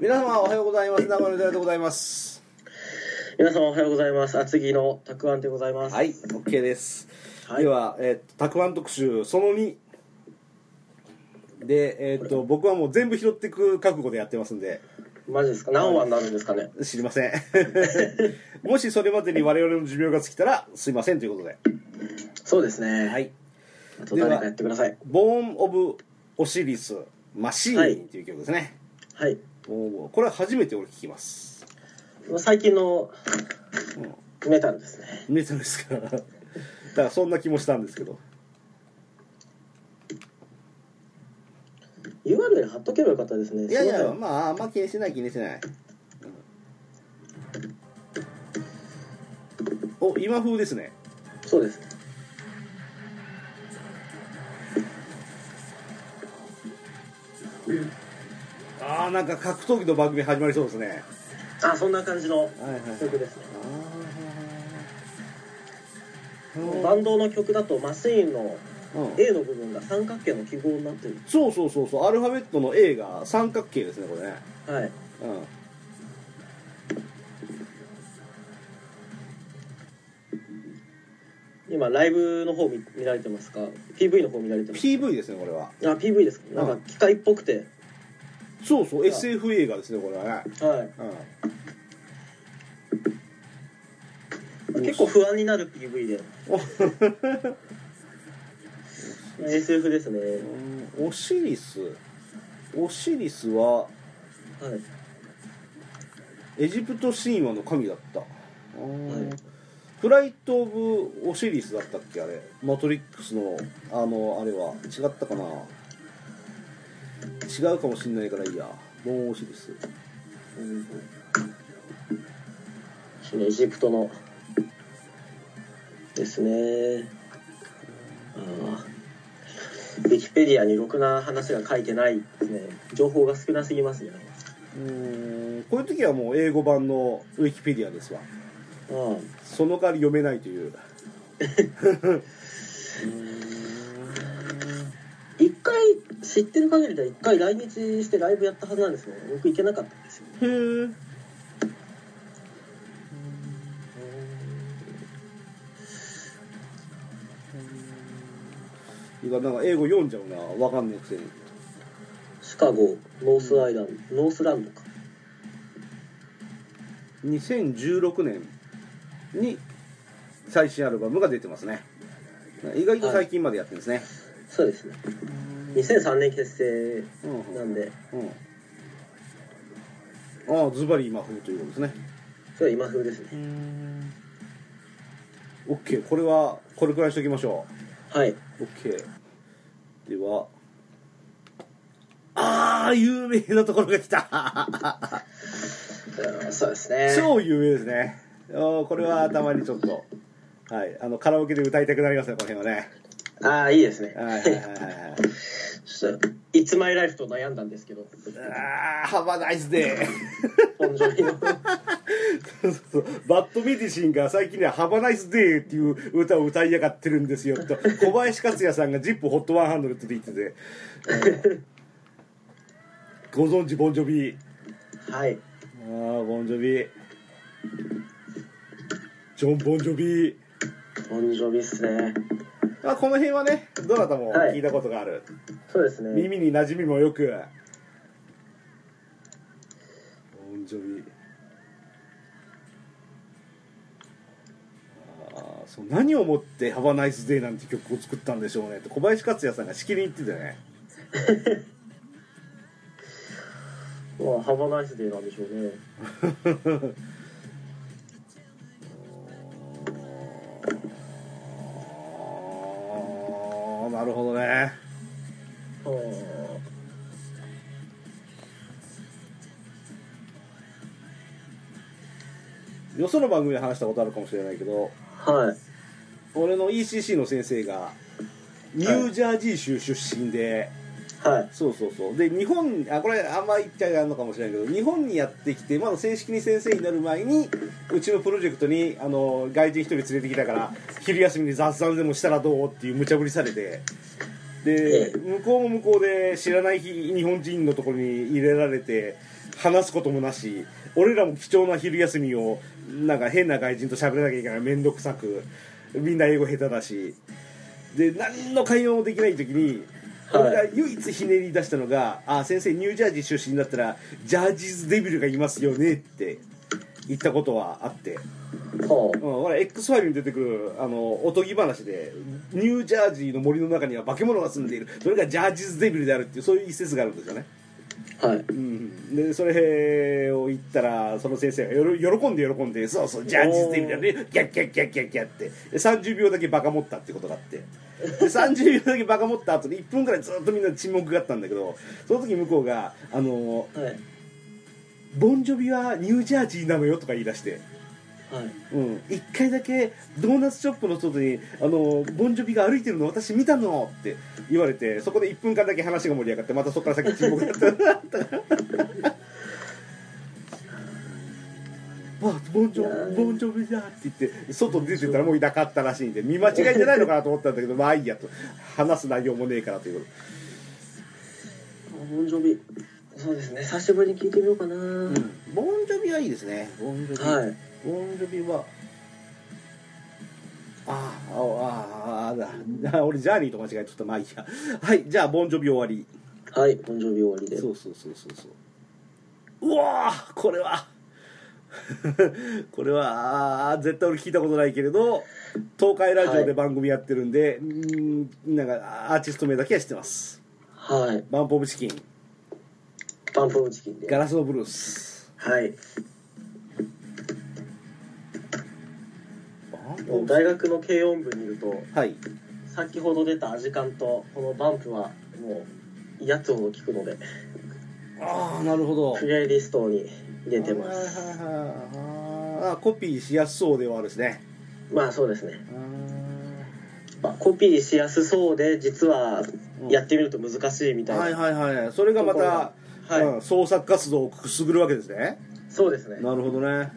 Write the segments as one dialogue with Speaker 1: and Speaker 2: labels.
Speaker 1: 皆様おはようございます。名古屋の寺でございます。
Speaker 2: 皆様おはようございます。厚木のたくあんでございます。
Speaker 1: は。い、OK です。
Speaker 2: はい
Speaker 1: では、えっと、たくまん特集、その2。で、えっと、僕はもう全部拾っていく覚悟でやってますんで、
Speaker 2: マジですか何話になるんですかね
Speaker 1: 知りませ ん。もしそれまでに我々の寿命が尽きたら、すいませんということで。
Speaker 2: そうですね。
Speaker 1: は。い。
Speaker 2: あと誰かやってください。
Speaker 1: ボーン・オブ・オシリス・マシ
Speaker 2: は
Speaker 1: ー
Speaker 2: い
Speaker 1: ンという曲ですね。
Speaker 2: はい。
Speaker 1: おーこれは初めて俺聞きます。
Speaker 2: 最近のメタルですね。
Speaker 1: メタルですから。 だからそんな気もしたんですけど。
Speaker 2: URL 貼っとけばよかったですね。
Speaker 1: いやい
Speaker 2: す
Speaker 1: や、
Speaker 2: ま
Speaker 1: まあ、あんま気にしてない気にしてない。お、今風ですね。
Speaker 2: せんそうです。
Speaker 1: ああ、なんか格闘技の番組始まりそうですね。
Speaker 2: あ、そんな感じの
Speaker 1: はいはい
Speaker 2: 曲ですね。
Speaker 1: あ
Speaker 2: バンドの曲だとマシーンの
Speaker 1: あ、うん、
Speaker 2: A の部分が三角形の記号になってる。
Speaker 1: そうそうそうそう、アルファベットの A が三角形ですね、これね。
Speaker 2: は
Speaker 1: うん。
Speaker 2: い。今、ライブの方見見られてますか ?PV の方見られてます
Speaker 1: PV ですね、これは。
Speaker 2: あ、PV ですかなんか機械っぽくて。
Speaker 1: そうそう、SF 映画ですね、これはね。
Speaker 2: はい。
Speaker 1: う
Speaker 2: 結構不安になる PV で。SF ですね。
Speaker 1: ん。オシリス。オシリスは、
Speaker 2: はい。
Speaker 1: エジプト神話の神だった、
Speaker 2: はい
Speaker 1: フライト・オブ・オシリスだったっけあれマトリックスのあのあれは違ったかな違うかもしんないからいいやボーン・オシリス
Speaker 2: うん、エジプトのですねあーウィキペディアにろくな話が書いてないですね情報が少なすぎますね
Speaker 1: うーんこういう時はもう英語版のウィキペディアですわ
Speaker 2: あー
Speaker 1: その代わり読めないという
Speaker 2: 一回知ってる限りでは一回来日してライブやったはずなんですけど僕行けなかったんですよ
Speaker 1: へえいやなんか英語読んじゃうなわかんないくせに
Speaker 2: シカゴノースアイランド、ノースランドか
Speaker 1: 2016年に最新アルバムが出てますね意外と最近までやってるんですね、
Speaker 2: そうですね2003年結
Speaker 1: うん
Speaker 2: 成なんで
Speaker 1: うんああズバリ今風ということですね
Speaker 2: それは今風ですね
Speaker 1: OK これはこれくらいにしときましょ
Speaker 2: はい。
Speaker 1: う OK ではああ有名なところが来た
Speaker 2: そうですね
Speaker 1: 超有名ですねあーこれはたまにちょっとはいあのカラオケで歌いたくなりますねこの辺はね
Speaker 2: ああ、いいですね。
Speaker 1: はいはいはいはい
Speaker 2: ちょっと、いつまいライフと悩んだんですけど、
Speaker 1: ああ、ハバナイスデ
Speaker 2: 本庄にの。
Speaker 1: ー。バッドメディシンが最近ね、ハバナイスデーっていう歌を歌いやがってるんですよと、小林克也さんが ZIP ホット100で言ってて、ご存知、ボンジョビー。
Speaker 2: はい。
Speaker 1: ああ、ボンジョビー。ジョン・ボンジョビー。
Speaker 2: 本庄ビっすね。
Speaker 1: あこの辺はね、どなたも聞いたことがある。
Speaker 2: そうですね。
Speaker 1: 耳に馴染みもよく。ボンジョビ。あーそう何をもって「ハバナイスデイなんて曲を作ったんでしょうねって小林克也さんがしきりに言ってたよね
Speaker 2: まあ、ハバナイスデーなんでしょうね。
Speaker 1: あーなるほどね
Speaker 2: は
Speaker 1: よその番組で話したことあるかもしれないけど
Speaker 2: あはい。
Speaker 1: 俺の ECC の先生がニュージャージー州出身で、
Speaker 2: はい。
Speaker 1: そうそうそうで日本あこれあんま言っちゃあるのかもしれないけど日本にやってきてまだ正式に先生になる前にうちのプロジェクトにあの外人一人連れてきたから昼休みに雑談でもしたらどうっていう無茶ぶりされてで
Speaker 2: ええ
Speaker 1: 向こうも向こうで知らない日日本人のところに入れられて話すこともなし俺らも貴重な昼休みをなんか変な外人と喋らなきゃいけない面倒くさくみんな英語下手だしで何の会話もできない時に
Speaker 2: は
Speaker 1: 俺
Speaker 2: い
Speaker 1: が唯一ひねり出したのが「あ先生ニュージャージー出身だったらジャージーズデビルがいますよね」って言ったことはあって。
Speaker 2: は
Speaker 1: うん、ほら X ファイルに出てくるあのおとぎ話でニュージャージーの森の中には化け物が住んでいるそれがジャージーズデビルであるっていうそういう一節があるんですよね、
Speaker 2: あはい
Speaker 1: うん、でそれを言ったらその先生がよろ喜んで喜んで「そうそうジャージーズデビルだねギャッギャッギャッギャッギャッ」ってで30秒だけバカ持ったってことがあってで30秒だけバカ持った後に1分くらいずっとみんな沈黙があったんだけどその時向こうが「あの
Speaker 2: はい
Speaker 1: ボンジョビはニュージャージーなのよ」とか言い出して。
Speaker 2: はい
Speaker 1: うん、一回だけドーナツショップの外にあのボンジョビが歩いてるの私見たのって言われてそこで1分間だけ話が盛り上がってまたそこから先沈黙だったわ あボンジョボンジョビだって言って外に出てたらもういなかったらしいんで見間違いじゃないのかなと思ったんだけどまあいいやと話す内容もねえからというこ
Speaker 2: ボンジョビそうですね久しぶりに聞いてみようかな、
Speaker 1: と、ボンジョビはいいですねボンジョビ、
Speaker 2: はい
Speaker 1: ボンジョビはああああああだ俺ジャーニーと間違えとったまあいいやはいじゃあボンジョビ終わり
Speaker 2: はいボンジョビ終わりで
Speaker 1: そうそうそうそうそううわーこれはこれはあー絶対俺聞いたことないけれど東海ラジオで番組やってるんで、うーんなんかアーティスト名だけは知ってます
Speaker 2: はい
Speaker 1: バンポブチキン
Speaker 2: バンプオブチキンで
Speaker 1: ガ
Speaker 2: は
Speaker 1: ラスのブルース
Speaker 2: い
Speaker 1: バンポブチ
Speaker 2: 大学の軽音部にいると
Speaker 1: キンはい
Speaker 2: 先ほど出たアジカンとこのバンプはもうやつを聞くので
Speaker 1: ああなるほど
Speaker 2: プレイリストに入れてます
Speaker 1: はいはいはいはいあーコピーしやすそうではあるですね
Speaker 2: まあそうですね、まあ、コピーしやすそうで実はやってみると難しいみたいな、
Speaker 1: はいはいはいそれがまた、
Speaker 2: はい
Speaker 1: うん創作活動をくすぐるわけですね
Speaker 2: そうですね
Speaker 1: なるほどね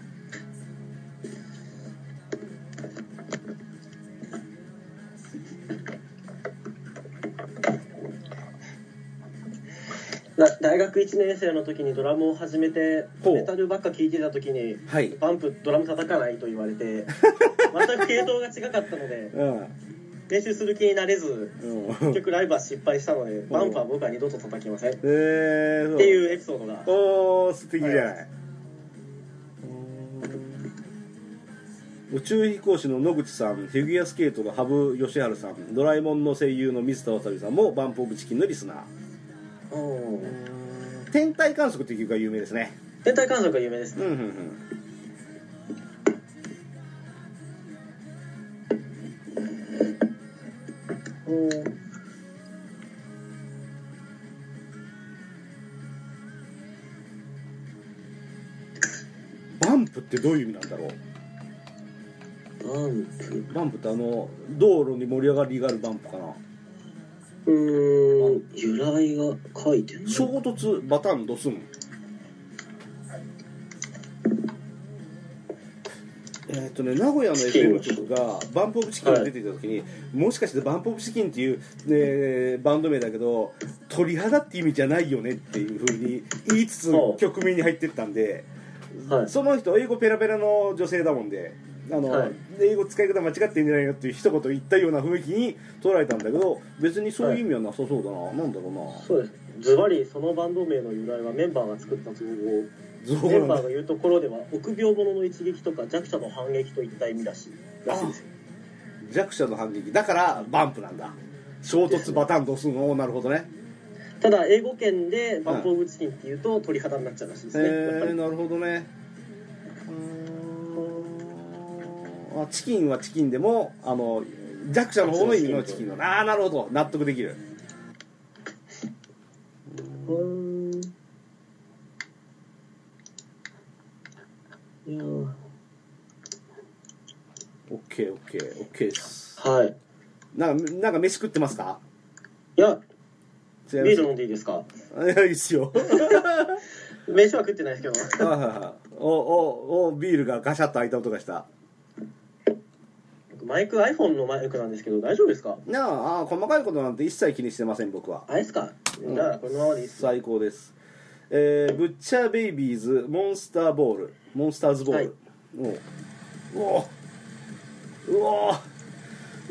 Speaker 2: な大学1年生の時にドラムを始めて
Speaker 1: ほう
Speaker 2: メタルばっか聴いてた時に
Speaker 1: はい
Speaker 2: バンプドラム叩かないと言わ れて全く系統が違かったので
Speaker 1: うん、
Speaker 2: 練習する気になれず
Speaker 1: う
Speaker 2: 結
Speaker 1: ん、
Speaker 2: 局ライブは失敗したのでバンプは僕は二度と叩きませんっ
Speaker 1: えー、そう
Speaker 2: ていうエピソードが
Speaker 1: おー素敵じゃない、宇宙飛行士の野口さんフィギュアスケートの羽生善治さんドラえもんの声優の水田わさびさんもバンポーブチキンのリスナー
Speaker 2: うん
Speaker 1: 天体観測っていう曲が有名ですね
Speaker 2: 天体観測が有名です
Speaker 1: うんうんうんバンプってどういう意味なんだろう
Speaker 2: バンプ
Speaker 1: バンプってあの道路に盛り上がりがあるバンプかな
Speaker 2: うーん由来が書いてない
Speaker 1: 衝突バタンドスンえーっとね、名古屋の FM 局がバンプ・オブ・チキンが出ていた時に、もしかしてバンプ・オブ・チキンっていう、ね、バンド名だけど鳥肌って意味じゃないよねっていうふうに言いつつ
Speaker 2: そう
Speaker 1: 曲名に入ってったんで
Speaker 2: はい
Speaker 1: その人英語ペラペラの女性だもんであの、
Speaker 2: はい
Speaker 1: 英語使い方間違ってんじゃないよっていう一言言ったような雰囲気に捉えたんだけど別にそういう意味はなさそうだな、なんだろうな
Speaker 2: そうですズバリそのバンド名の由来はメンバーが作った造語
Speaker 1: そう
Speaker 2: メ
Speaker 1: な
Speaker 2: ン
Speaker 1: んだ
Speaker 2: バーが言うところでは臆病者の一撃とか弱者の反撃といった意味らしいらしいですよ
Speaker 1: 弱者の反撃だからバンプなんだ衝突バタンとするのおーなるほどね
Speaker 2: ただ英語圏でバンプ・オブ・チキンっていうと鳥肌になっちゃうらしいですね、やっぱ
Speaker 1: へえ
Speaker 2: り
Speaker 1: なるほどねうーんあチキンはチキンでもあの弱者の方の意味のチキンのああーなるほど納得できる
Speaker 2: うんいやー
Speaker 1: OKOKOK です
Speaker 2: はいい
Speaker 1: なんかなんか飯食ってますか
Speaker 2: や
Speaker 1: 違います
Speaker 2: ビール飲んでいいですか
Speaker 1: いやいいっすよ
Speaker 2: 飯は食ってないですけど
Speaker 1: はいはいはいおおおビールがガシャッと開いた音がした
Speaker 2: マイク iPhone のマイクなんですけど大丈夫ですか
Speaker 1: なああー細かいことなんて一切気にしてません僕は
Speaker 2: あれですか、
Speaker 1: うん
Speaker 2: じゃあこのままでいいっす
Speaker 1: 最高です、えーブッチャーベイビーズモンスターボールモンスターズボール、
Speaker 2: はいう
Speaker 1: おうおうお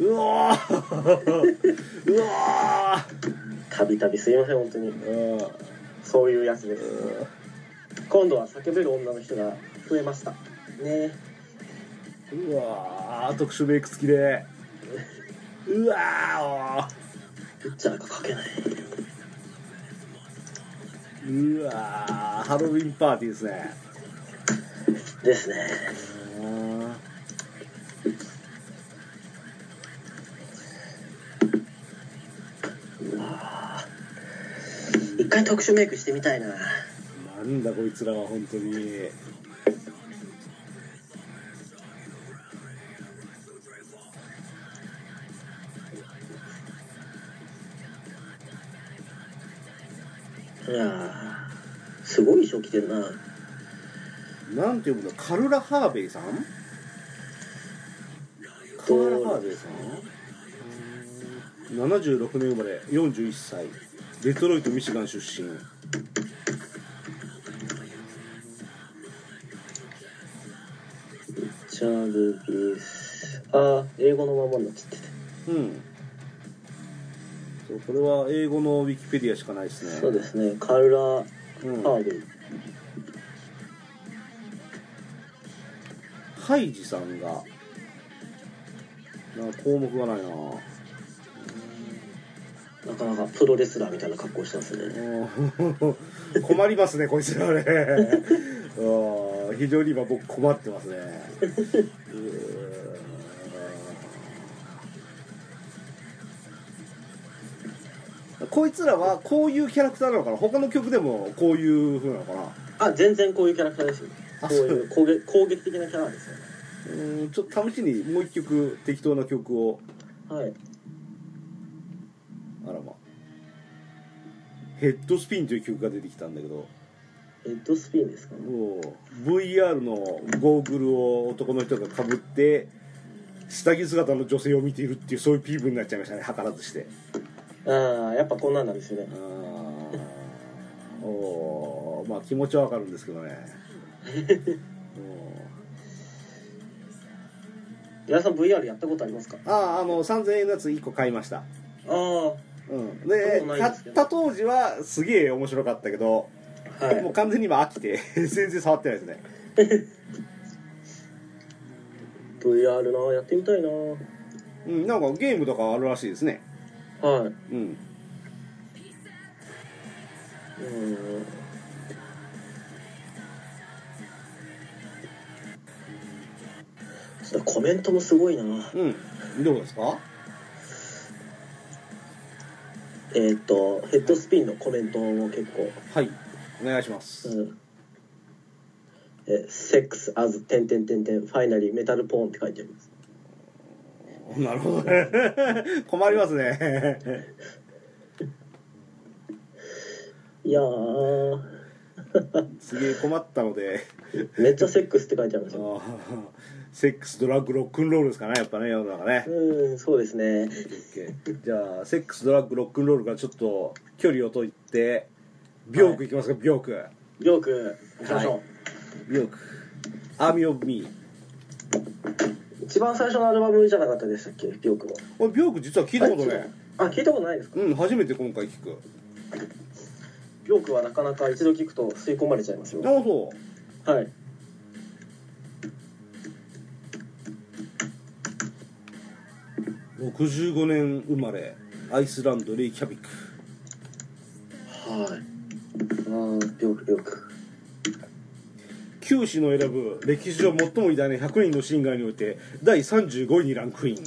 Speaker 1: うおうお
Speaker 2: たびたびすいません本当に
Speaker 1: うお
Speaker 2: そういうやつです今度は叫べる女の人が増えましたねえ
Speaker 1: うわー特殊メイク付きでうわ
Speaker 2: ブッチャーが書けない
Speaker 1: ーうわーハロウィンパーティーですね
Speaker 2: ですね
Speaker 1: うん
Speaker 2: 一回特殊メイクしてみたいな
Speaker 1: なんだこいつらは本当に
Speaker 2: いやあすごい衣装着てる
Speaker 1: な
Speaker 2: な
Speaker 1: んて読むのカルラ・ハーベイさんカルラ・ハーベイさん76年生まれ41歳デトロイト・ミシガン出身
Speaker 2: チャールビースああ英語のままになっちゃってて
Speaker 1: うんそうこれは英語のウィキペディアしかないですね
Speaker 2: そうですねカルラ・ハ
Speaker 1: うん
Speaker 2: ーベイ
Speaker 1: ハイジさんがなんか項目がないな
Speaker 2: なかなかプロレスラーみたいな格好してますね
Speaker 1: うん困りますねこいつらねうん非常に今僕困ってますねうーんこいつらはこういうキャラクターなのかな他の曲でもこういう風なのかな
Speaker 2: あ全然こういうキャラクターですよこ
Speaker 1: あ
Speaker 2: ういう攻撃攻撃的なキャラですよね
Speaker 1: うーんちょっと試しにもう一曲適当な曲を
Speaker 2: はい
Speaker 1: あらまヘッドスピンという曲が出てきたんだけど
Speaker 2: ヘッドスピンですかね
Speaker 1: もう VR のゴーグルを男の人がかぶって下着姿の女性を見ているっていうそういう PV になっちゃいましたね図らずして
Speaker 2: ああやっぱこんなんなんですよね
Speaker 1: あーおーまあ気持ちはわかるんですけどね
Speaker 2: 皆さん VR やったことありますか
Speaker 1: おーあああの3000円のやつ1個買いました、
Speaker 2: ああは
Speaker 1: うん、で
Speaker 2: そうなん
Speaker 1: 買
Speaker 2: ですけ
Speaker 1: っ
Speaker 2: ど
Speaker 1: た当時はすげえ面白かったけど、もう
Speaker 2: い
Speaker 1: 完全に今飽きて 全然触ってないですね
Speaker 2: VR なやってみたいな
Speaker 1: うんなんかゲームとかあるらしいですね
Speaker 2: はい
Speaker 1: うん
Speaker 2: うんそうだコメントもすごいな
Speaker 1: うんどうですか
Speaker 2: えーっ、とヘッドスピンのコメントも結構
Speaker 1: はいお願いします
Speaker 2: うんえ「セックス・アズ・テンテンテンテンファイナリーメタル・ポーン」って書いてあります
Speaker 1: なるほどね困りますね
Speaker 2: いやー
Speaker 1: すげえ困ったので
Speaker 2: めっちゃセックスって書いてあるんです
Speaker 1: あ
Speaker 2: よ
Speaker 1: ーセックスドラッグロックンロールですかねやっぱね世の中ね
Speaker 2: うんそうですね
Speaker 1: OK じゃあセックスドラッグロックンロールからちょっと距離をといてビョークいきますか、ビョーク
Speaker 2: りょうくん行きましょう、
Speaker 1: はビョークアーミー・オブ・ミー
Speaker 2: 一番最初のアルバムじゃなかったでしたっけりょうくんの
Speaker 1: これビョーク実は聞いたことね
Speaker 2: あ聞いたことないですか
Speaker 1: うん初めて今回聞く
Speaker 2: りょうくんはなかなか一度聞くと吸い込まれちゃいますよ
Speaker 1: ああそう
Speaker 2: はい。
Speaker 1: 65年生まれアイスランドレイキャビック
Speaker 2: はい。ああ、よくよく。
Speaker 1: 九死の選ぶ歴史上最も偉大な100人のシンガーにおいて第35位にランクイン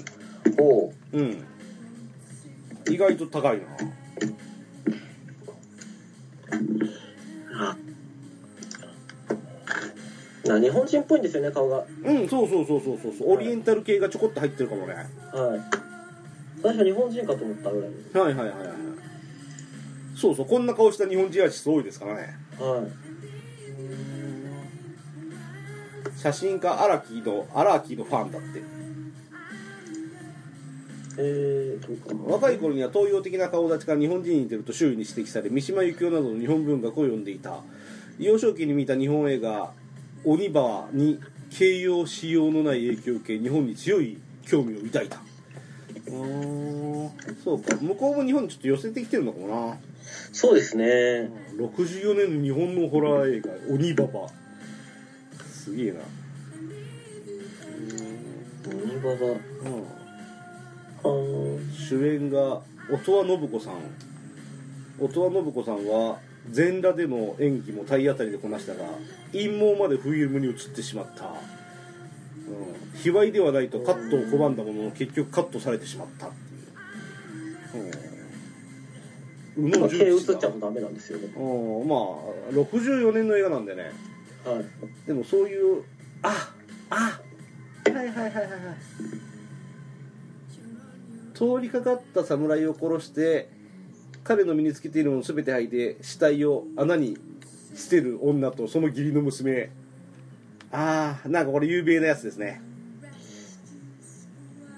Speaker 2: おう。
Speaker 1: うん意外と高いな
Speaker 2: あ。な、日本人っぽいんですよね、顔が。は
Speaker 1: うんそうそうそうそうそうそうオリエンタル系がちょこっと入ってるかもねはい
Speaker 2: い。最初日本人かと思ったぐらい。
Speaker 1: はいはいはいそうそうこんな顔した日本人アーティスト多いですからね
Speaker 2: は
Speaker 1: 写真家荒木の荒木のファンだって
Speaker 2: い。えー、どうかな
Speaker 1: 若い頃には東洋的な顔立ちが日本人に似てると周囲に指摘され三島由紀夫などの日本文学を読んでいた幼少期に見た日本映画「鬼婆」に形容しようのない影響を受け日本に強い興味を抱いたうーんそうか向こうも日本にちょっと寄せてきてるのかもな
Speaker 2: そうですね
Speaker 1: 64年の日本のホラー映画「鬼婆」すげえな
Speaker 2: 鬼ババ
Speaker 1: うん
Speaker 2: あー
Speaker 1: 主演が音羽信子さん音羽信子さんは全裸での演技も体当たりでこなしたが陰謀までフィルムに映ってしまった、うん、卑猥ではないとカットを拒んだものの結局カットされてしまったっていう、うん、宇野
Speaker 2: 手
Speaker 1: 重
Speaker 2: 映っ
Speaker 1: 吉
Speaker 2: ちゃ
Speaker 1: だ
Speaker 2: もダメなんですよね
Speaker 1: うんまあ64年の映画なんでね
Speaker 2: はい
Speaker 1: でもそういうああはいはいはいはいはい通りかかった侍を殺して彼の身につけているもの全て吐いて死体を穴に捨てる女とその義理の娘ああなんかこれ有名なやつですね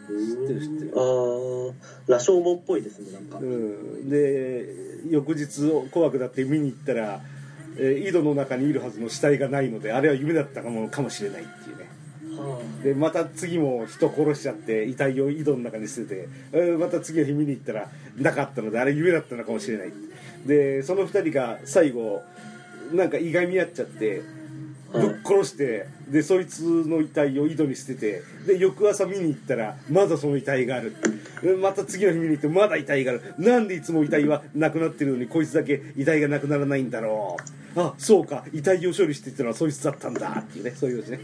Speaker 2: 知
Speaker 1: ってる知ってる
Speaker 2: あー羅生門っぽいですねなんか、
Speaker 1: うんで翌日怖くなって見に行ったら、えー井戸の中にいるはずの死体がないのであれは夢だったかもかもしれないっていうね
Speaker 2: は
Speaker 1: でまた次も人殺しちゃって遺体を井戸の中に捨ててえーまた次の日見に行ったらなかったのであれ夢だったのかもしれないでその二人が最後なんかいがみ合っちゃって
Speaker 2: あ
Speaker 1: ぶっ殺してでそいつの遺体を井戸に捨ててで翌朝見に行ったらまだその遺体があるでまた次の日見に行ってまだ遺体があるなんでいつも遺体はなくなってるのにこいつだけ遺体がなくならないんだろうあそうか遺体を処理していったのはそいつだったんだっていうねそういうことね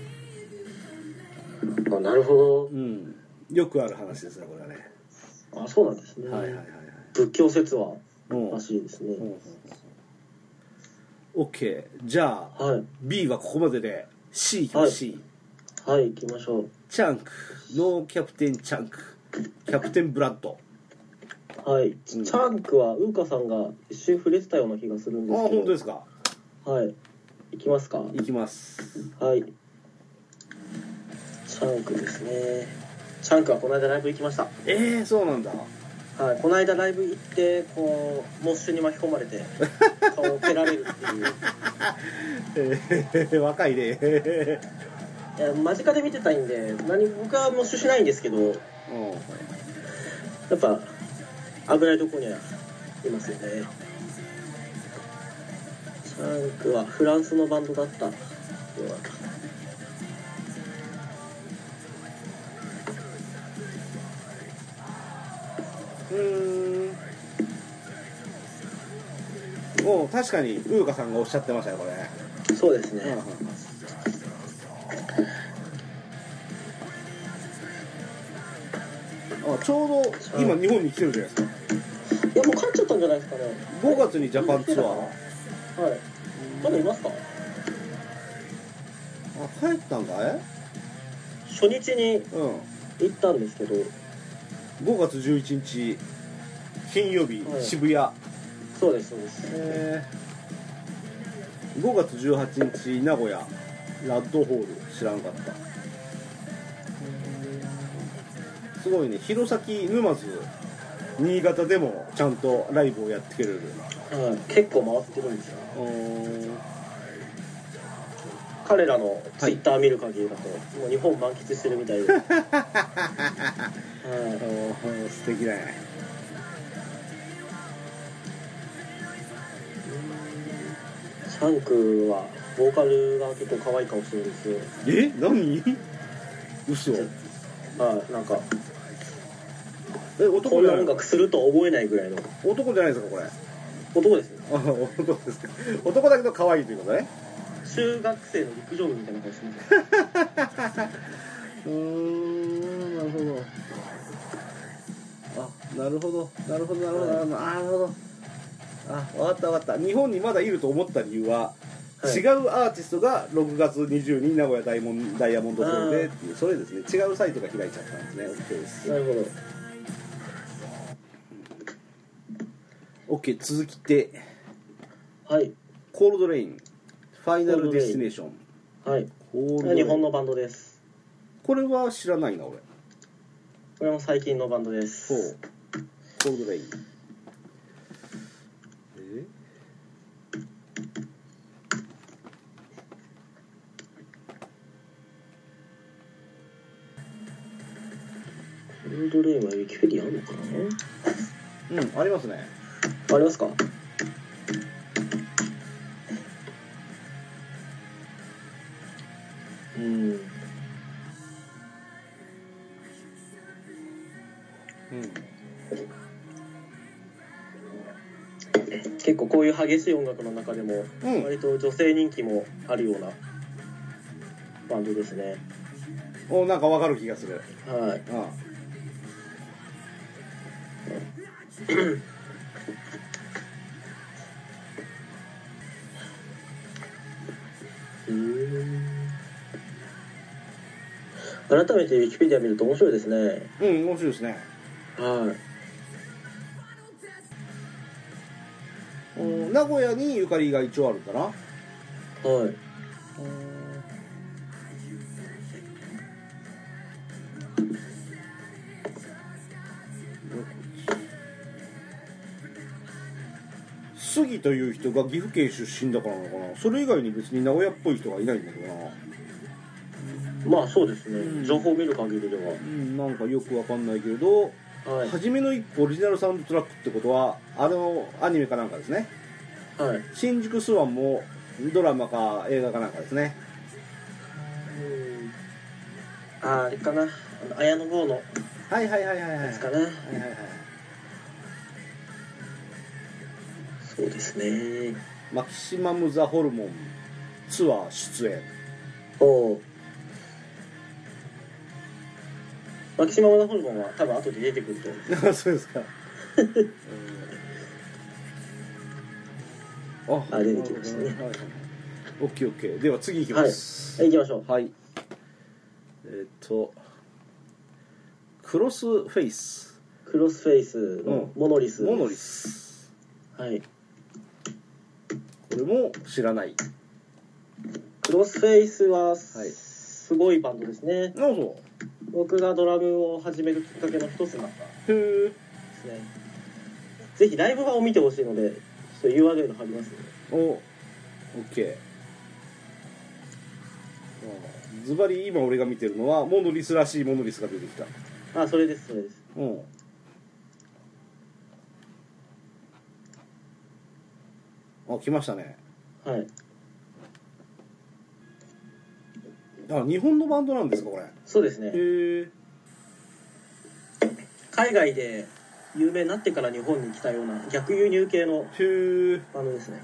Speaker 2: あなるほ
Speaker 1: うん、よくある話ですねこれはね、
Speaker 2: どあそうなんですね、
Speaker 1: はいはいはいはい
Speaker 2: 仏教説話
Speaker 1: うん
Speaker 2: らしいですね、
Speaker 1: うんうんうん OK じゃあ
Speaker 2: はい
Speaker 1: B はここまでで C いきま
Speaker 2: は
Speaker 1: す
Speaker 2: い
Speaker 1: C、
Speaker 2: はい行きましょう
Speaker 1: チャンクノーキャプテンチャンクキャプテンブラッド
Speaker 2: はい、チャンクはウーカさんが一瞬触れてたような気がするん
Speaker 1: ああ
Speaker 2: ですけど
Speaker 1: 本当ですか
Speaker 2: はい行きますか
Speaker 1: いきます
Speaker 2: はいチャンクですねチャンクはこの間ライブ行きました
Speaker 1: えー、そうなんだ
Speaker 2: はい、この間ライブ行ってこうモッシュに巻き込まれて顔を蹴られるっていう
Speaker 1: えー、若いね、え
Speaker 2: いや間近で見てたいんで何僕はモッシュしないんですけどや
Speaker 1: ーうん
Speaker 2: っぱ危ないとこにはいますよねシャンクはフランスのバンドだったような
Speaker 1: うーんお確かにウーカさんがおっしゃってましたよこれ、
Speaker 2: そうです
Speaker 1: うんうん
Speaker 2: ね
Speaker 1: うんあちょうど今日本に来てるじゃないですか
Speaker 2: いやもう帰っちゃったんじゃないですかね
Speaker 1: 5月にジャパンツアーあ
Speaker 2: はいまだいますか
Speaker 1: 帰ったんかい
Speaker 2: 初日に
Speaker 1: うん
Speaker 2: 行ったんですけど
Speaker 1: 5月11日金曜日
Speaker 2: はい
Speaker 1: 渋谷、
Speaker 2: そうですそうです
Speaker 1: えー5月18日名古屋ラッドホール知らんかったすごいね弘前沼津新潟でもちゃんとライブをやってくれる
Speaker 2: はい結構回ってるんですよ
Speaker 1: うーん
Speaker 2: 彼らのツイッター見る限りだと、もう日本満喫してるみた いで、は
Speaker 1: お
Speaker 2: い、
Speaker 1: ー素敵だね
Speaker 2: シャンクはボーカルが結構可愛い顔してるんですよ
Speaker 1: え何嘘
Speaker 2: はいなんか
Speaker 1: え
Speaker 2: こ
Speaker 1: 男
Speaker 2: ん
Speaker 1: じ
Speaker 2: な
Speaker 1: ゃない
Speaker 2: 音楽するとは思えないぐらいの
Speaker 1: 男じゃないですかこれ
Speaker 2: 男ですよ
Speaker 1: あ男ですか男だけど可愛いということね
Speaker 2: 中学生の陸上部みたいな顔してます
Speaker 1: うーんなるほどあなるほどなるほどなるほどなるほどあなるほどあ分かった分かった日本にまだいると思った理由は、
Speaker 2: はい
Speaker 1: 違うアーティストが6月20日に名古屋ダイモンダイヤモンドホールでっていうそれですね違うサイトが開いちゃったんですね OK です
Speaker 2: なるほど
Speaker 1: OK 続きて
Speaker 2: はい
Speaker 1: コールドレインファイナルディスティネーション
Speaker 2: はい
Speaker 1: コールドレイ
Speaker 2: 日
Speaker 1: ン
Speaker 2: 本のバンドです
Speaker 1: これは知らないな俺
Speaker 2: あこれも最近のバンドで
Speaker 1: ほ
Speaker 2: す
Speaker 1: うコールドレインえ
Speaker 2: コールドレインはウィキペディアあるのかな
Speaker 1: うんありますね
Speaker 2: ありますかうん
Speaker 1: うん
Speaker 2: 結構こういう激しい音楽の中でも
Speaker 1: うん
Speaker 2: 割と女性人気もあるようなバンドですね
Speaker 1: おなんかわかる気がする
Speaker 2: はい
Speaker 1: あ
Speaker 2: 改めてウィキペディア見ると面白いですね
Speaker 1: あうん面白いですね
Speaker 2: はい
Speaker 1: うん名古屋にゆかりが一応あるんだな
Speaker 2: はい
Speaker 1: 杉という人が岐阜県出身だからなのかなそれ以外に別に名古屋っぽい人がいないんだけどな
Speaker 2: まあそうです
Speaker 1: うん
Speaker 2: ね情報を見る限りでは
Speaker 1: うんなんかよくわかんないけれど
Speaker 2: はい
Speaker 1: 初めの一歩オリジナルサウンドトラックってことはあのアニメかなんかですね
Speaker 2: はい
Speaker 1: 新宿スワンもドラマか映画かなんかですね
Speaker 2: あーあれかなあの綾野剛の
Speaker 1: はいはいはいはいはいは
Speaker 2: や
Speaker 1: い
Speaker 2: つかな
Speaker 1: はいはい
Speaker 2: そうですね
Speaker 1: マキシマム・ザ・ホルモンツアー出演
Speaker 2: おおマキシマム・ザ・ホルモンは多分後で出てくると思う
Speaker 1: あそう ですか。あ
Speaker 2: あ出てきましたね
Speaker 1: はいはいはいオッケーオッケー。では次行きます。
Speaker 2: はい行きましょう
Speaker 1: はい。えーっと、クロスフェイス、
Speaker 2: クロスフェイスのモノリス、
Speaker 1: モノリス。
Speaker 2: はい
Speaker 1: これも知らない。あ、
Speaker 2: クロスフェイスは
Speaker 1: い
Speaker 2: すごいバンドですね、
Speaker 1: そ
Speaker 2: 僕がドラムを始めるきっかけの一つだったんで
Speaker 1: う。へえ。
Speaker 2: すねぜひライブ版を見てほしいのでちょっと URL 貼りますね
Speaker 1: お、オッケー。あズバリ今俺が見てるのはモノリスらしいモノリスが出てきた。
Speaker 2: あそれですそれです
Speaker 1: うん。あ、来ましたね。
Speaker 2: はい
Speaker 1: あ、日本のバンドなんですか、これ。
Speaker 2: そうですね
Speaker 1: へえ。
Speaker 2: 海外で有名になってから日本に来たような逆輸入系
Speaker 1: へ
Speaker 2: の
Speaker 1: え。
Speaker 2: バンドですね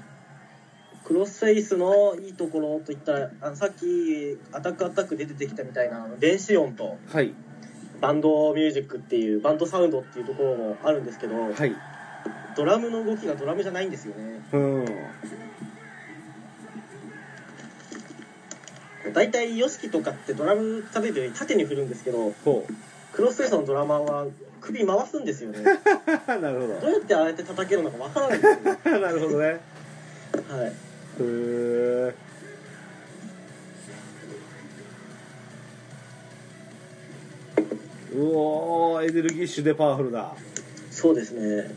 Speaker 2: クロスフェイスのいいところといったらあのさっきアタックアタックで出てきたみたいなあの電子音と
Speaker 1: はい。
Speaker 2: バンドミュージックっていうバンドサウンドっていうところもあるんですけど
Speaker 1: はい。
Speaker 2: ドラムの動きがドラムじゃないんですよね
Speaker 1: うん。
Speaker 2: 大体 YOSHIKI とかってドラム叩いてるより縦に振るんですけど
Speaker 1: ほう。
Speaker 2: クロスフェイスのドラマーは首回すんで すよね
Speaker 1: なるほ
Speaker 2: どうやってああやって叩けるのかわからないんですよ、
Speaker 1: ど。 なるほどね。へ
Speaker 2: はい、
Speaker 1: え。うおーエネルギッシュでパワフルだ
Speaker 2: そうですね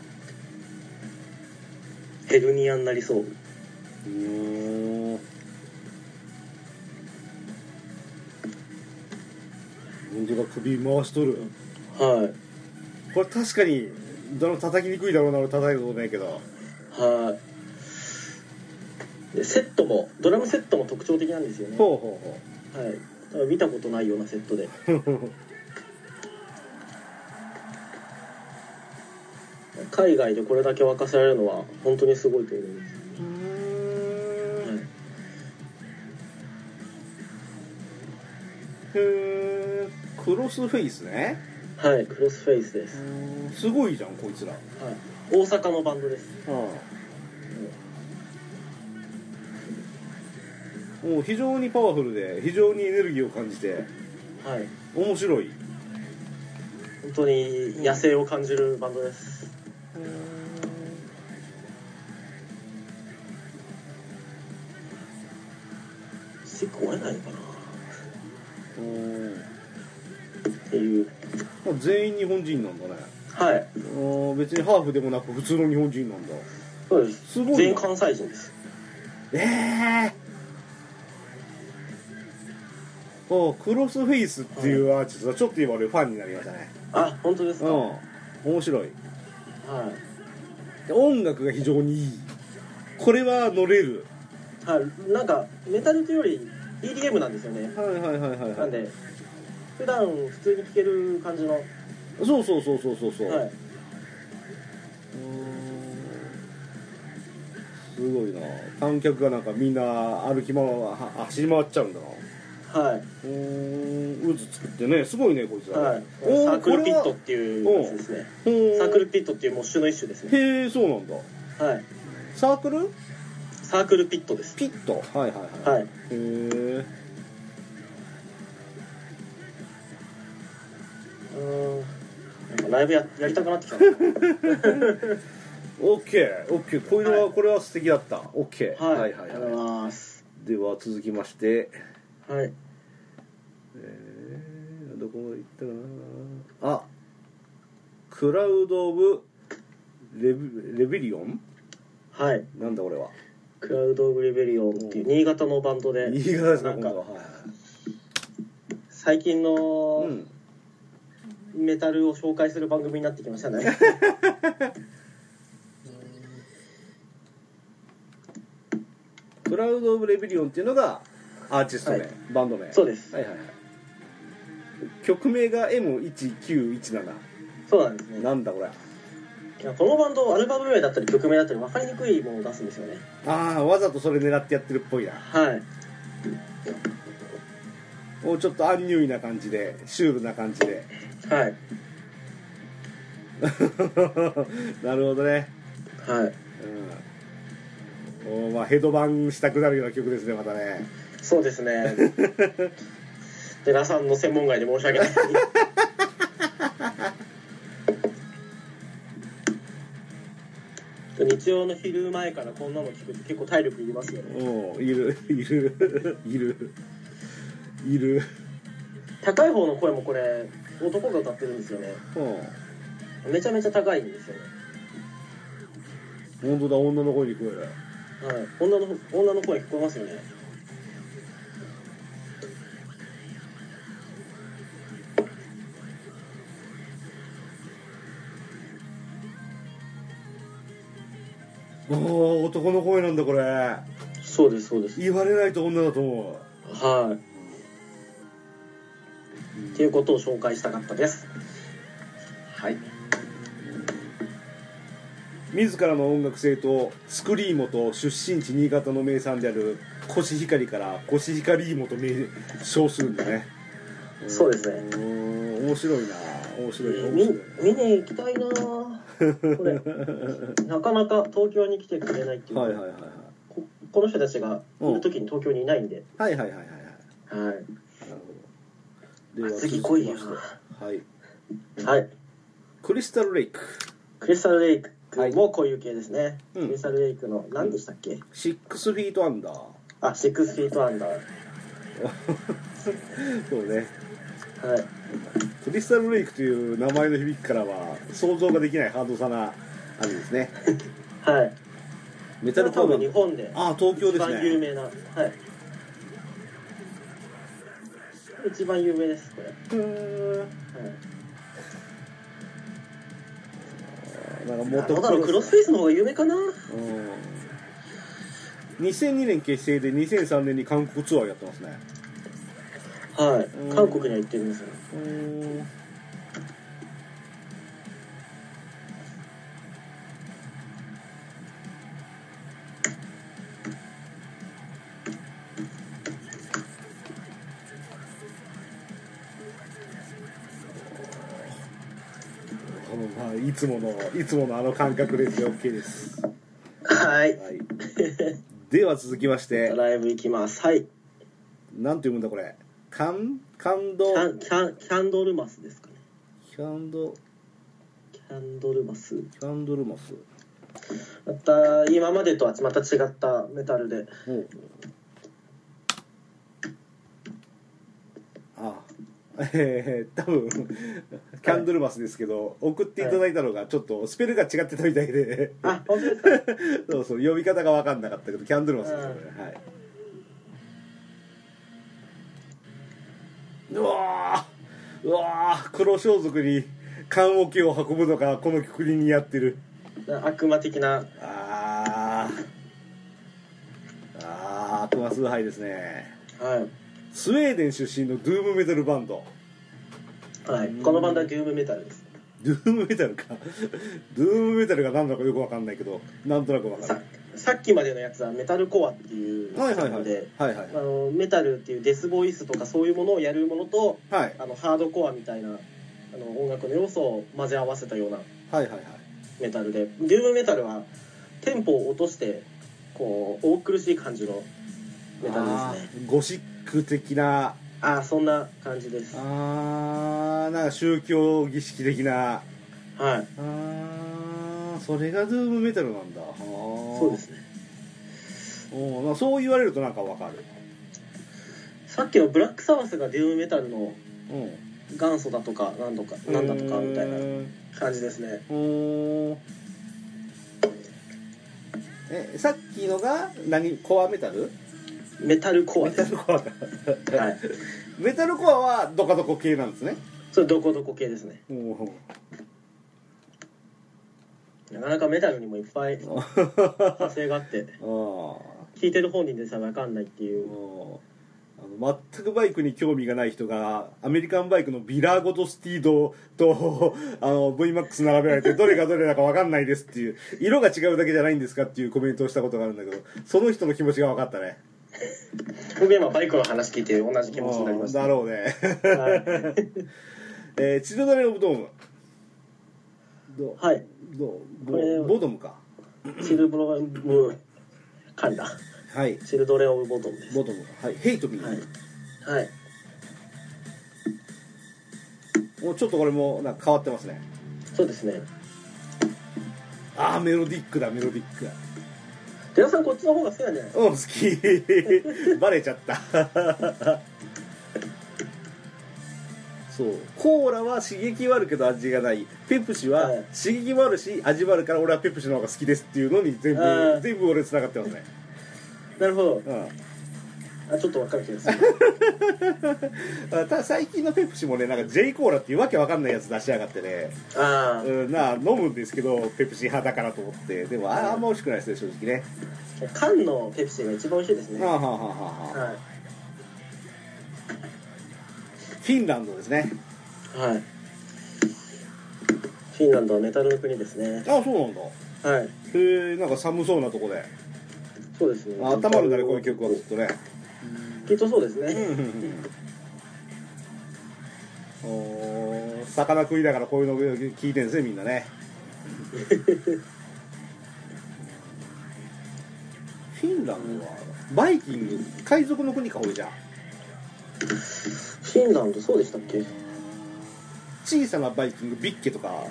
Speaker 2: ヘルニアになりそう
Speaker 1: うん本当だ首回しとる
Speaker 2: はい
Speaker 1: これ確かにドラム叩きにくいだろうな俺叩いたことないけど
Speaker 2: はいでセットもドラムセットも特徴的なんですよね、はい、
Speaker 1: ほうほうほ
Speaker 2: 多分見たことないようなセットで
Speaker 1: う
Speaker 2: 海外でこれだけ沸かせられるのは本当にすごいと思います、はい
Speaker 1: へークロスフェイスね
Speaker 2: はい、クロスフェイスです、
Speaker 1: すごいじゃんこいつら
Speaker 2: はい、大阪のバンドです
Speaker 1: もう非常にパワフルで非常にエネルギーを感じて
Speaker 2: はい
Speaker 1: 面白い
Speaker 2: 本当に野生を感じるバンドですスティック折れないのかな
Speaker 1: うん
Speaker 2: っていう
Speaker 1: 全員日本人なんだね
Speaker 2: はい
Speaker 1: あー別にハーフでもなく普通の日本人なんだ
Speaker 2: そうです
Speaker 1: すごいな
Speaker 2: 全員関西人です
Speaker 1: ええおクロスフェイスっていうアーティストはちょっと今俺ファンになりましたね
Speaker 2: あ本当ですか、は
Speaker 1: うん面白い
Speaker 2: い
Speaker 1: で音楽が非常にいいこれは乗れる
Speaker 2: はい、なんかメタルというより EDM なんですよね
Speaker 1: はいはいはいはい
Speaker 2: な
Speaker 1: は
Speaker 2: ん
Speaker 1: い
Speaker 2: で普段普通に聴ける感じの、はい、
Speaker 1: そうそうそうそうそうそう、うーんすごいな観客がなんかみんな歩き回は走り回っちゃうんだな
Speaker 2: は
Speaker 1: うーん渦作ってねすごいねこいつ
Speaker 2: い、
Speaker 1: ら、
Speaker 2: はい、サ
Speaker 1: お
Speaker 2: ークルピットっていうやつですねサーク
Speaker 1: ル
Speaker 2: ルピットっていうモッシュの一種ですね
Speaker 1: へえそうなんだ
Speaker 2: はい
Speaker 1: サークル
Speaker 2: サークルピットです
Speaker 1: ピットはいはいはい、
Speaker 2: はい
Speaker 1: へえ
Speaker 2: うーんなんかライブややりたくなってきたな
Speaker 1: オッケーオッケーこれは、
Speaker 2: はい
Speaker 1: これは素敵だったオッケー、
Speaker 2: はい、
Speaker 1: はいはい
Speaker 2: ありがとう
Speaker 1: は
Speaker 2: ございます
Speaker 1: いでは続きまして
Speaker 2: はい
Speaker 1: えー、どこまで行ったかなあクラウド・オブレビ・レビリオン
Speaker 2: はい
Speaker 1: なんだこれは
Speaker 2: クラウド・オブ・レベリオンっていう新潟のバンドで
Speaker 1: 新潟ですね
Speaker 2: なん
Speaker 1: 今
Speaker 2: か
Speaker 1: 度ははい
Speaker 2: 最近の
Speaker 1: うん
Speaker 2: メタルを紹介する番組になってきまし たね
Speaker 1: クラウド・オブ・レビリオンっていうのがアーティスト名、
Speaker 2: はい
Speaker 1: バンド名
Speaker 2: そうです
Speaker 1: はいはいはい曲名が M1917
Speaker 2: そうなんですね
Speaker 1: なんだこれ
Speaker 2: いやこのバンドアルバム名だったり曲名だったり分かりにくいものを出すんですよね
Speaker 1: ああわざとそれ狙ってやってるっぽいな
Speaker 2: はい
Speaker 1: もうちょっとアンニュイな感じでシュールな感じで
Speaker 2: はい
Speaker 1: なるほどね
Speaker 2: はい
Speaker 1: うんおまあヘドバンしたくなるような曲ですねまたね
Speaker 2: そうですね寺さんの専門外で申し 訳ない日曜の昼前からこんなの聞くと結構体力いりますよね
Speaker 1: おいるいるいるいる
Speaker 2: 高い方の声もこれ男が歌ってるんですよね
Speaker 1: う
Speaker 2: めちゃめちゃ高いんですよね、
Speaker 1: ん本当だ女の声に聞こえる
Speaker 2: はい、女の女の声聞こえますよね
Speaker 1: おお男の声なんだこれ
Speaker 2: そうですそうです
Speaker 1: 言われないと女だと思
Speaker 2: はい、
Speaker 1: うん
Speaker 2: っていうことを紹介したかったです。はい。
Speaker 1: う自らの音楽性とスクリーモと出身地新潟の名産であるコシヒカリからコシヒカリーモと名称するんだね
Speaker 2: そうですね
Speaker 1: うん面白いな面白い面
Speaker 2: 見
Speaker 1: 白い
Speaker 2: 見に行きたいなぁこれなかなか東京に来てくれないっていうか
Speaker 1: はいはいはいはい
Speaker 2: ここの人たちがいる時に東京にいないんで、
Speaker 1: はいはいはいはいはい
Speaker 2: は
Speaker 1: な
Speaker 2: い
Speaker 1: るほど。では
Speaker 2: 次
Speaker 1: 続き
Speaker 2: 来い
Speaker 1: ま
Speaker 2: よ
Speaker 1: して、はい。
Speaker 2: はい、
Speaker 1: クリスタルレイク、
Speaker 2: クリスタル・レイクもこういう系ですね、
Speaker 1: うん
Speaker 2: クリスタル・レイクの何でしたっけ
Speaker 1: シックスフィートアンダー。
Speaker 2: あシックスフィートアンダー
Speaker 1: そうね。
Speaker 2: はい
Speaker 1: クリスタルレイクという名前の響きからは想像ができないハードさなあれですね。
Speaker 2: はい
Speaker 1: メ
Speaker 2: こ
Speaker 1: タ
Speaker 2: れ
Speaker 1: ル
Speaker 2: 多
Speaker 1: パ
Speaker 2: 分
Speaker 1: ー
Speaker 2: 日
Speaker 1: マ。
Speaker 2: 本で
Speaker 1: ああ東京
Speaker 2: 一
Speaker 1: です
Speaker 2: 番有
Speaker 1: ね。
Speaker 2: 名なはい一番有名ですこれ、は
Speaker 1: うーん
Speaker 2: い
Speaker 1: なんか
Speaker 2: ど
Speaker 1: 元
Speaker 2: うだろうクロスフェイスの方が有名かな
Speaker 1: うん。2002年結成で2003年に韓国ツアーやってますね。
Speaker 2: はい
Speaker 1: うん
Speaker 2: 韓国には行ってるんですよ
Speaker 1: うーんあのまあいつものいつものあの感覚ですよ OK です、は
Speaker 2: はい
Speaker 1: い、では続きまして
Speaker 2: ライブ行きますはい
Speaker 1: なんて読むんだこれ感感動
Speaker 2: キャンキャンキャンドルマスですかね
Speaker 1: キャンド
Speaker 2: キャンドルマス
Speaker 1: キャンドルマス
Speaker 2: また今までとはまた違ったメタルで
Speaker 1: おうあえー、多分キャンドルマスですけど送っていただいたのがちょっとスペルが違ってたみたいで
Speaker 2: あ本当ですか
Speaker 1: そうそう呼び方が分かんなかったけどキャンドルマスですよねはいうわーうわー黒装束に棺桶を運ぶのがこの国にやってる
Speaker 2: 悪魔的な
Speaker 1: あーあー悪魔崇拝ですね
Speaker 2: は
Speaker 1: スウェーデン出身のドゥームメタルバンド
Speaker 2: い、はい、このバンドはドゥームメタルです
Speaker 1: ドゥームメタルかドゥームメタルが何だかよく分かんないけどなんとなく分か
Speaker 2: さ
Speaker 1: る
Speaker 2: さっきまでのやつはメタルコアっていう
Speaker 1: はいはいは
Speaker 2: の
Speaker 1: い
Speaker 2: で
Speaker 1: はいはい
Speaker 2: あのメタルっていうデスボイスとかそういうものをやるものと
Speaker 1: はい
Speaker 2: あのハードコアみたいなあの音楽の要素を混ぜ合わせたような
Speaker 1: はいはいはい
Speaker 2: メタルでドゥームメタルはテンポを落としてこう大苦しい感じのメタルですね
Speaker 1: あーゴシック的な
Speaker 2: ああそんな感じですは
Speaker 1: あーなんか宗教儀式的ないあーそれがドゥームメタルなんだそ
Speaker 2: そうですね
Speaker 1: おーなそう言われるとなんか分かる
Speaker 2: さっきのブラックサバスがドゥームメタルの
Speaker 1: うん
Speaker 2: 元祖だとか何とかなんだとかみたいな
Speaker 1: う
Speaker 2: 感じですね
Speaker 1: ーんえさっきのが何コアメタル
Speaker 2: メタルコ
Speaker 1: メ
Speaker 2: ア
Speaker 1: タ
Speaker 2: です
Speaker 1: ルコアだ
Speaker 2: はい
Speaker 1: メタルコアはドカドコ系なんですね
Speaker 2: それどこどこ系ですね
Speaker 1: お ー
Speaker 2: なかなかメタルにもいっぱい派生があって
Speaker 1: あー
Speaker 2: 聞いてる本人でさえわかんないっていう
Speaker 1: もうあの全くバイクに興味がない人がアメリカンバイクのビラーゴとスティードとあの VMAX 並べられてどれがどれだか分かんないですっていう色が違うだけじゃないんですかっていうコメントをしたことがあるんだけどその人の気持ちが分かったね
Speaker 2: 僕今バイクの話聞いて同じ気持ちになりました
Speaker 1: だろうね、
Speaker 2: は
Speaker 1: えー、チルドレン・オブ・ドームど
Speaker 2: い、はい、
Speaker 1: ど
Speaker 2: これ
Speaker 1: ボボドムか
Speaker 2: シルブロブ噛んだ
Speaker 1: はい
Speaker 2: シルドレオブボトムです
Speaker 1: ボドムはいヘイトミー、
Speaker 2: はいはい
Speaker 1: もうちょっとこれもなんか変わってますね
Speaker 2: そうですね
Speaker 1: ああメロディックだメロディックだ
Speaker 2: 出田さんこっちの方が好きなんじゃないですか
Speaker 1: うん好き バレちゃったそうコーラは刺激はあるけど味がないペプシは
Speaker 2: はい
Speaker 1: 刺激もあるし味もあるから俺はペプシの方が好きですっていうのに全
Speaker 2: あ
Speaker 1: 部
Speaker 2: ー
Speaker 1: 全部俺繋がってますね、
Speaker 2: なるほど
Speaker 1: うん、
Speaker 2: あちょっとわかる気がする
Speaker 1: あただ最近のペプシもねなんか J コーラっていうわけわかんないやつ出しやがってね、
Speaker 2: ああ
Speaker 1: うん、なあ飲むんですけどペプシ派だからと思ってでもあーあんま美味しくないですね正直ね
Speaker 2: 缶のペプシが一番美味しいですね
Speaker 1: はあ
Speaker 2: は
Speaker 1: はあはあはあ
Speaker 2: い
Speaker 1: フィンランドですね
Speaker 2: はいフィンランドはメタルの国ですね
Speaker 1: あそうなんだへ
Speaker 2: はい
Speaker 1: えんか寒そうなとこで
Speaker 2: そうですね
Speaker 1: あ温まるんだねこういう曲はずっとね
Speaker 2: きっとそうです
Speaker 1: うん
Speaker 2: ね、
Speaker 1: うんうんおー魚食いだからこういうの聞いてんですねみんなね フィンランドはバイキング海賊の国かほいじゃん
Speaker 2: フィンランドそうでしたっけ
Speaker 1: 小さなバイキングビッケとか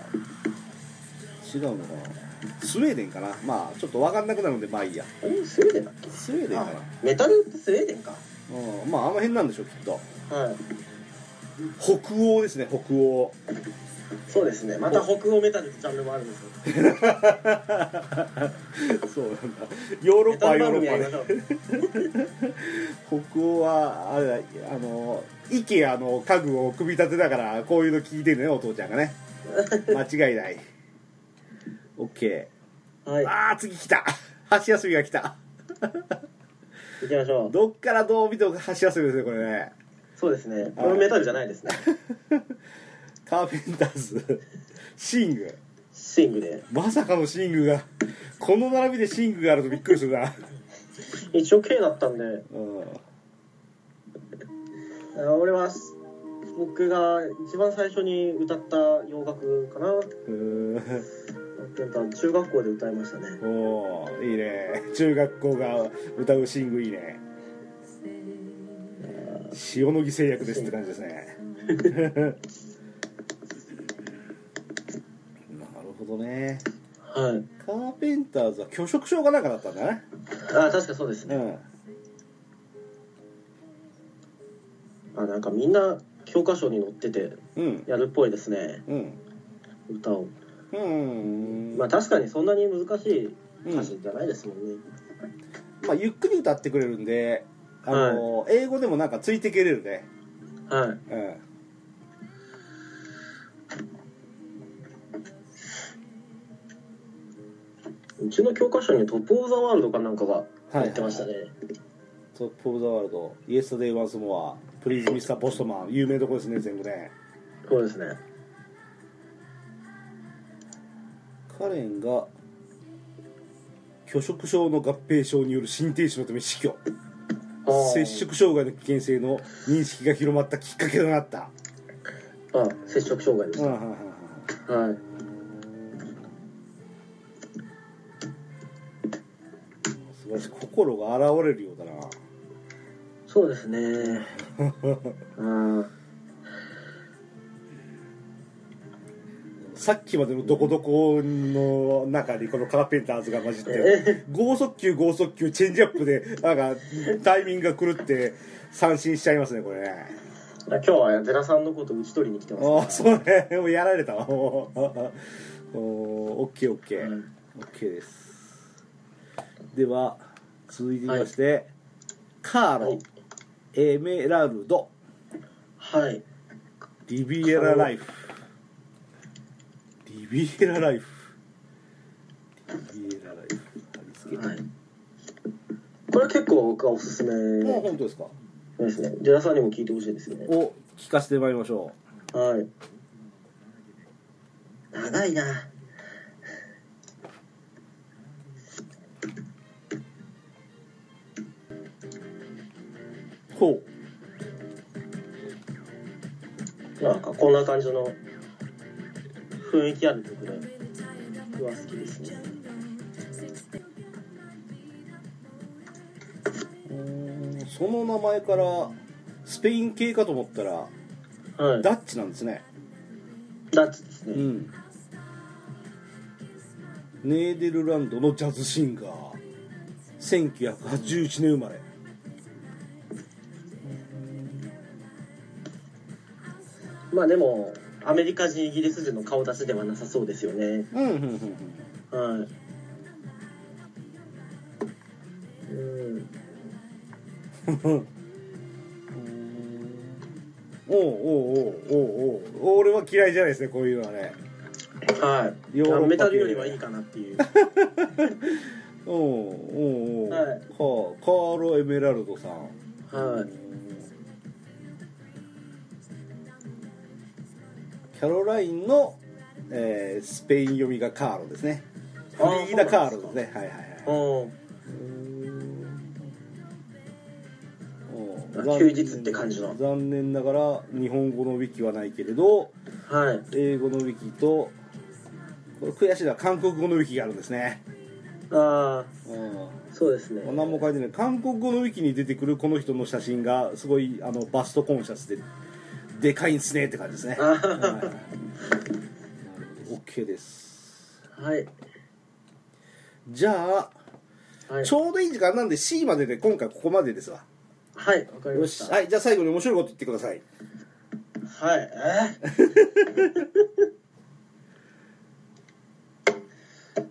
Speaker 1: 違うのかなスウェーデンかなまあちょっと分かんなくなるんでまあいいや
Speaker 2: あれスウェーデンだっけ
Speaker 1: スウェーデンかな
Speaker 2: あメタルってスウェーデンか
Speaker 1: うんまああの辺なんでしょうきっと
Speaker 2: はい
Speaker 1: 北欧ですね北欧
Speaker 2: そうですねまた北欧メタルってジャンルもあるんですよ
Speaker 1: そうなんだ ヨーロ
Speaker 2: メ
Speaker 1: ッパ
Speaker 2: タ
Speaker 1: は
Speaker 2: ル
Speaker 1: ヨー
Speaker 2: 番
Speaker 1: ロ
Speaker 2: 組やり
Speaker 1: ッ
Speaker 2: ま
Speaker 1: パ
Speaker 2: し
Speaker 1: で
Speaker 2: ょう
Speaker 1: 北欧はあれだあの IKEA の家具を組み立てだからこういうの聞いてるねお父ちゃんが ね間違いない OK
Speaker 2: はい
Speaker 1: あー次来た箸休みが来た
Speaker 2: 行きましょう
Speaker 1: どっからどう見ても箸休みですねこれね
Speaker 2: そうですねこれメタルじゃないですね
Speaker 1: カーペンターズシング
Speaker 2: シングで
Speaker 1: まさかのシングがこの並びでシングがあるとびっくりするな、
Speaker 2: 一応 K だったんで
Speaker 1: うん
Speaker 2: あ俺は僕が一番最初に歌った洋楽かな
Speaker 1: うーん
Speaker 2: 中学校で歌いましたね
Speaker 1: おおいいね中学校が歌うシングいいね塩野義製薬ですって感じですね なるほどね
Speaker 2: はい
Speaker 1: カーペンターズは拒食症がなんかだったんだね
Speaker 2: あ確かそうです
Speaker 1: う
Speaker 2: ね
Speaker 1: ん
Speaker 2: あなんかみんな拒教科書に載ってて
Speaker 1: うん
Speaker 2: やるっぽいですね
Speaker 1: うん
Speaker 2: 歌を
Speaker 1: うん
Speaker 2: まあ確かにそんなに難しい
Speaker 1: うん
Speaker 2: 歌詞じゃないですもんね、
Speaker 1: まあ、ゆっくり歌ってくれるんであの、英語でもなんかついていけれるね
Speaker 2: はい
Speaker 1: うん
Speaker 2: うちの教科書に「トップ・オブ・ザ・ワールド」かなんかが
Speaker 1: は
Speaker 2: 入
Speaker 1: い
Speaker 2: ってましたね、
Speaker 1: トップ・オブ・ザ・ワールド、イエスタデイ・ワンス・モア、プリーズ・ミスター・ボストマン、有名どこですね、全部ね。
Speaker 2: そうですね
Speaker 1: カレンが、拒食症の合併症による心停止のため死去、
Speaker 2: あー
Speaker 1: 摂食障害の危険性の認識が広まったきっかけとなった。
Speaker 2: あ接触障害で
Speaker 1: うん
Speaker 2: す、
Speaker 1: うんうんうん
Speaker 2: はい
Speaker 1: 素晴らしい心が現れるようだな。
Speaker 2: そうですねうん
Speaker 1: さっきまでのどこどこの中にこのカーペンターズが混じって
Speaker 2: え
Speaker 1: 剛速球剛速球チェンジアップでなんかタイミングが狂って三振しちゃいますねこれね
Speaker 2: 今日は寺さんのこと打ち取りに来てます
Speaker 1: ああそうねもうやられたわもうおーオッケーオッケ
Speaker 2: は
Speaker 1: ー、
Speaker 2: い
Speaker 1: オッケーですでは続いていきまして、カーロ、
Speaker 2: はい
Speaker 1: エメラルド
Speaker 2: はい
Speaker 1: リビエラライフリビエラライフリビエラライフ貼り付け
Speaker 2: はいこれ結構僕はおすす
Speaker 1: もう
Speaker 2: め
Speaker 1: 本当ですか
Speaker 2: ですね寺さんにも聞いてほしいですよね
Speaker 1: を聞かせてまいりましょ
Speaker 2: はい長いな
Speaker 1: うほう
Speaker 2: なんかこんな感じの雰囲気ある曲で僕は好きですね
Speaker 1: うーんその名前からスペイン系かと思ったら
Speaker 2: はい
Speaker 1: ダッチなんですね
Speaker 2: ダッチです
Speaker 1: う
Speaker 2: ね
Speaker 1: んネーデルランドのジャズシンガー1981年生まれ
Speaker 2: まあでもアメリカ人イギリス人の顔出しではなさそうですよね
Speaker 1: うんうんうんうん
Speaker 2: はいうん
Speaker 1: おうおうおうおうおう俺は嫌いじゃないですねこういうのはね
Speaker 2: はい
Speaker 1: ヨーロッパ系
Speaker 2: メタルよりはいいかなっていう
Speaker 1: おうおうおう、
Speaker 2: はい
Speaker 1: カカーロ・エメラルドさん
Speaker 2: はい
Speaker 1: キャロラインの、えースペイン読みがカーロですねフ
Speaker 2: あー
Speaker 1: リーダ・カーロですねはいはいはい
Speaker 2: うん
Speaker 1: お
Speaker 2: あ
Speaker 1: ー残
Speaker 2: 休日って感じの
Speaker 1: 残念ながら日本語のウィキはないけれど
Speaker 2: はい
Speaker 1: 英語のウィキとこれ悔しいのは韓国語のウィキがあるんですね、
Speaker 2: ああ
Speaker 1: うん
Speaker 2: そうですね
Speaker 1: 何も書いてない韓国語のウィキに出てくるこの人の写真がすごいあのバストコンシャスででかいんすねって感じですね
Speaker 2: あ
Speaker 1: はい
Speaker 2: はは
Speaker 1: なるほど OK です
Speaker 2: はい
Speaker 1: じゃ
Speaker 2: は
Speaker 1: あ
Speaker 2: い
Speaker 1: ちょうどいい時間なんで C までで今回ここまでですわ
Speaker 2: はいわかり
Speaker 1: よ
Speaker 2: まし
Speaker 1: したはいじゃあ最後に面白いこと言ってください
Speaker 2: はいえー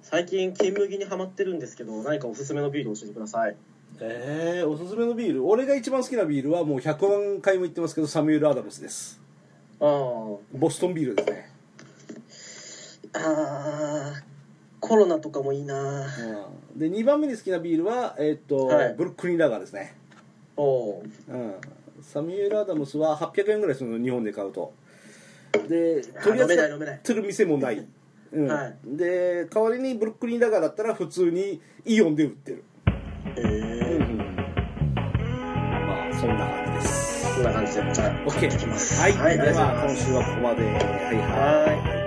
Speaker 2: 最近金麦にハマってるんですけど何かおすすめのビール教えてください
Speaker 1: ええおすすめのビール俺が一番好きなビールはもう100万回も言ってますけどサミュエル・アダムスです
Speaker 2: あー
Speaker 1: ボストンビールですね、
Speaker 2: あーコロナとかもいいな
Speaker 1: うん、で2番目に好きなビールは、えーっと
Speaker 2: はい
Speaker 1: ブルックリンラガーですね
Speaker 2: おー
Speaker 1: うんサミュエル・アダムスは800円ぐらいするの日本で買うとで
Speaker 2: あ
Speaker 1: 取り
Speaker 2: 飲めない
Speaker 1: 扱っ
Speaker 2: 飲めない
Speaker 1: てる店もない、うん
Speaker 2: はい
Speaker 1: で代わりにブルックリンラガーだったら普通にイオンで売ってる、
Speaker 2: え
Speaker 1: うん
Speaker 2: ー
Speaker 1: まあそんな感じです
Speaker 2: こんな感じでじゃあ
Speaker 1: OK
Speaker 2: 買ってきます
Speaker 1: はい、
Speaker 2: はい
Speaker 1: では今週はここまではいはい
Speaker 2: はい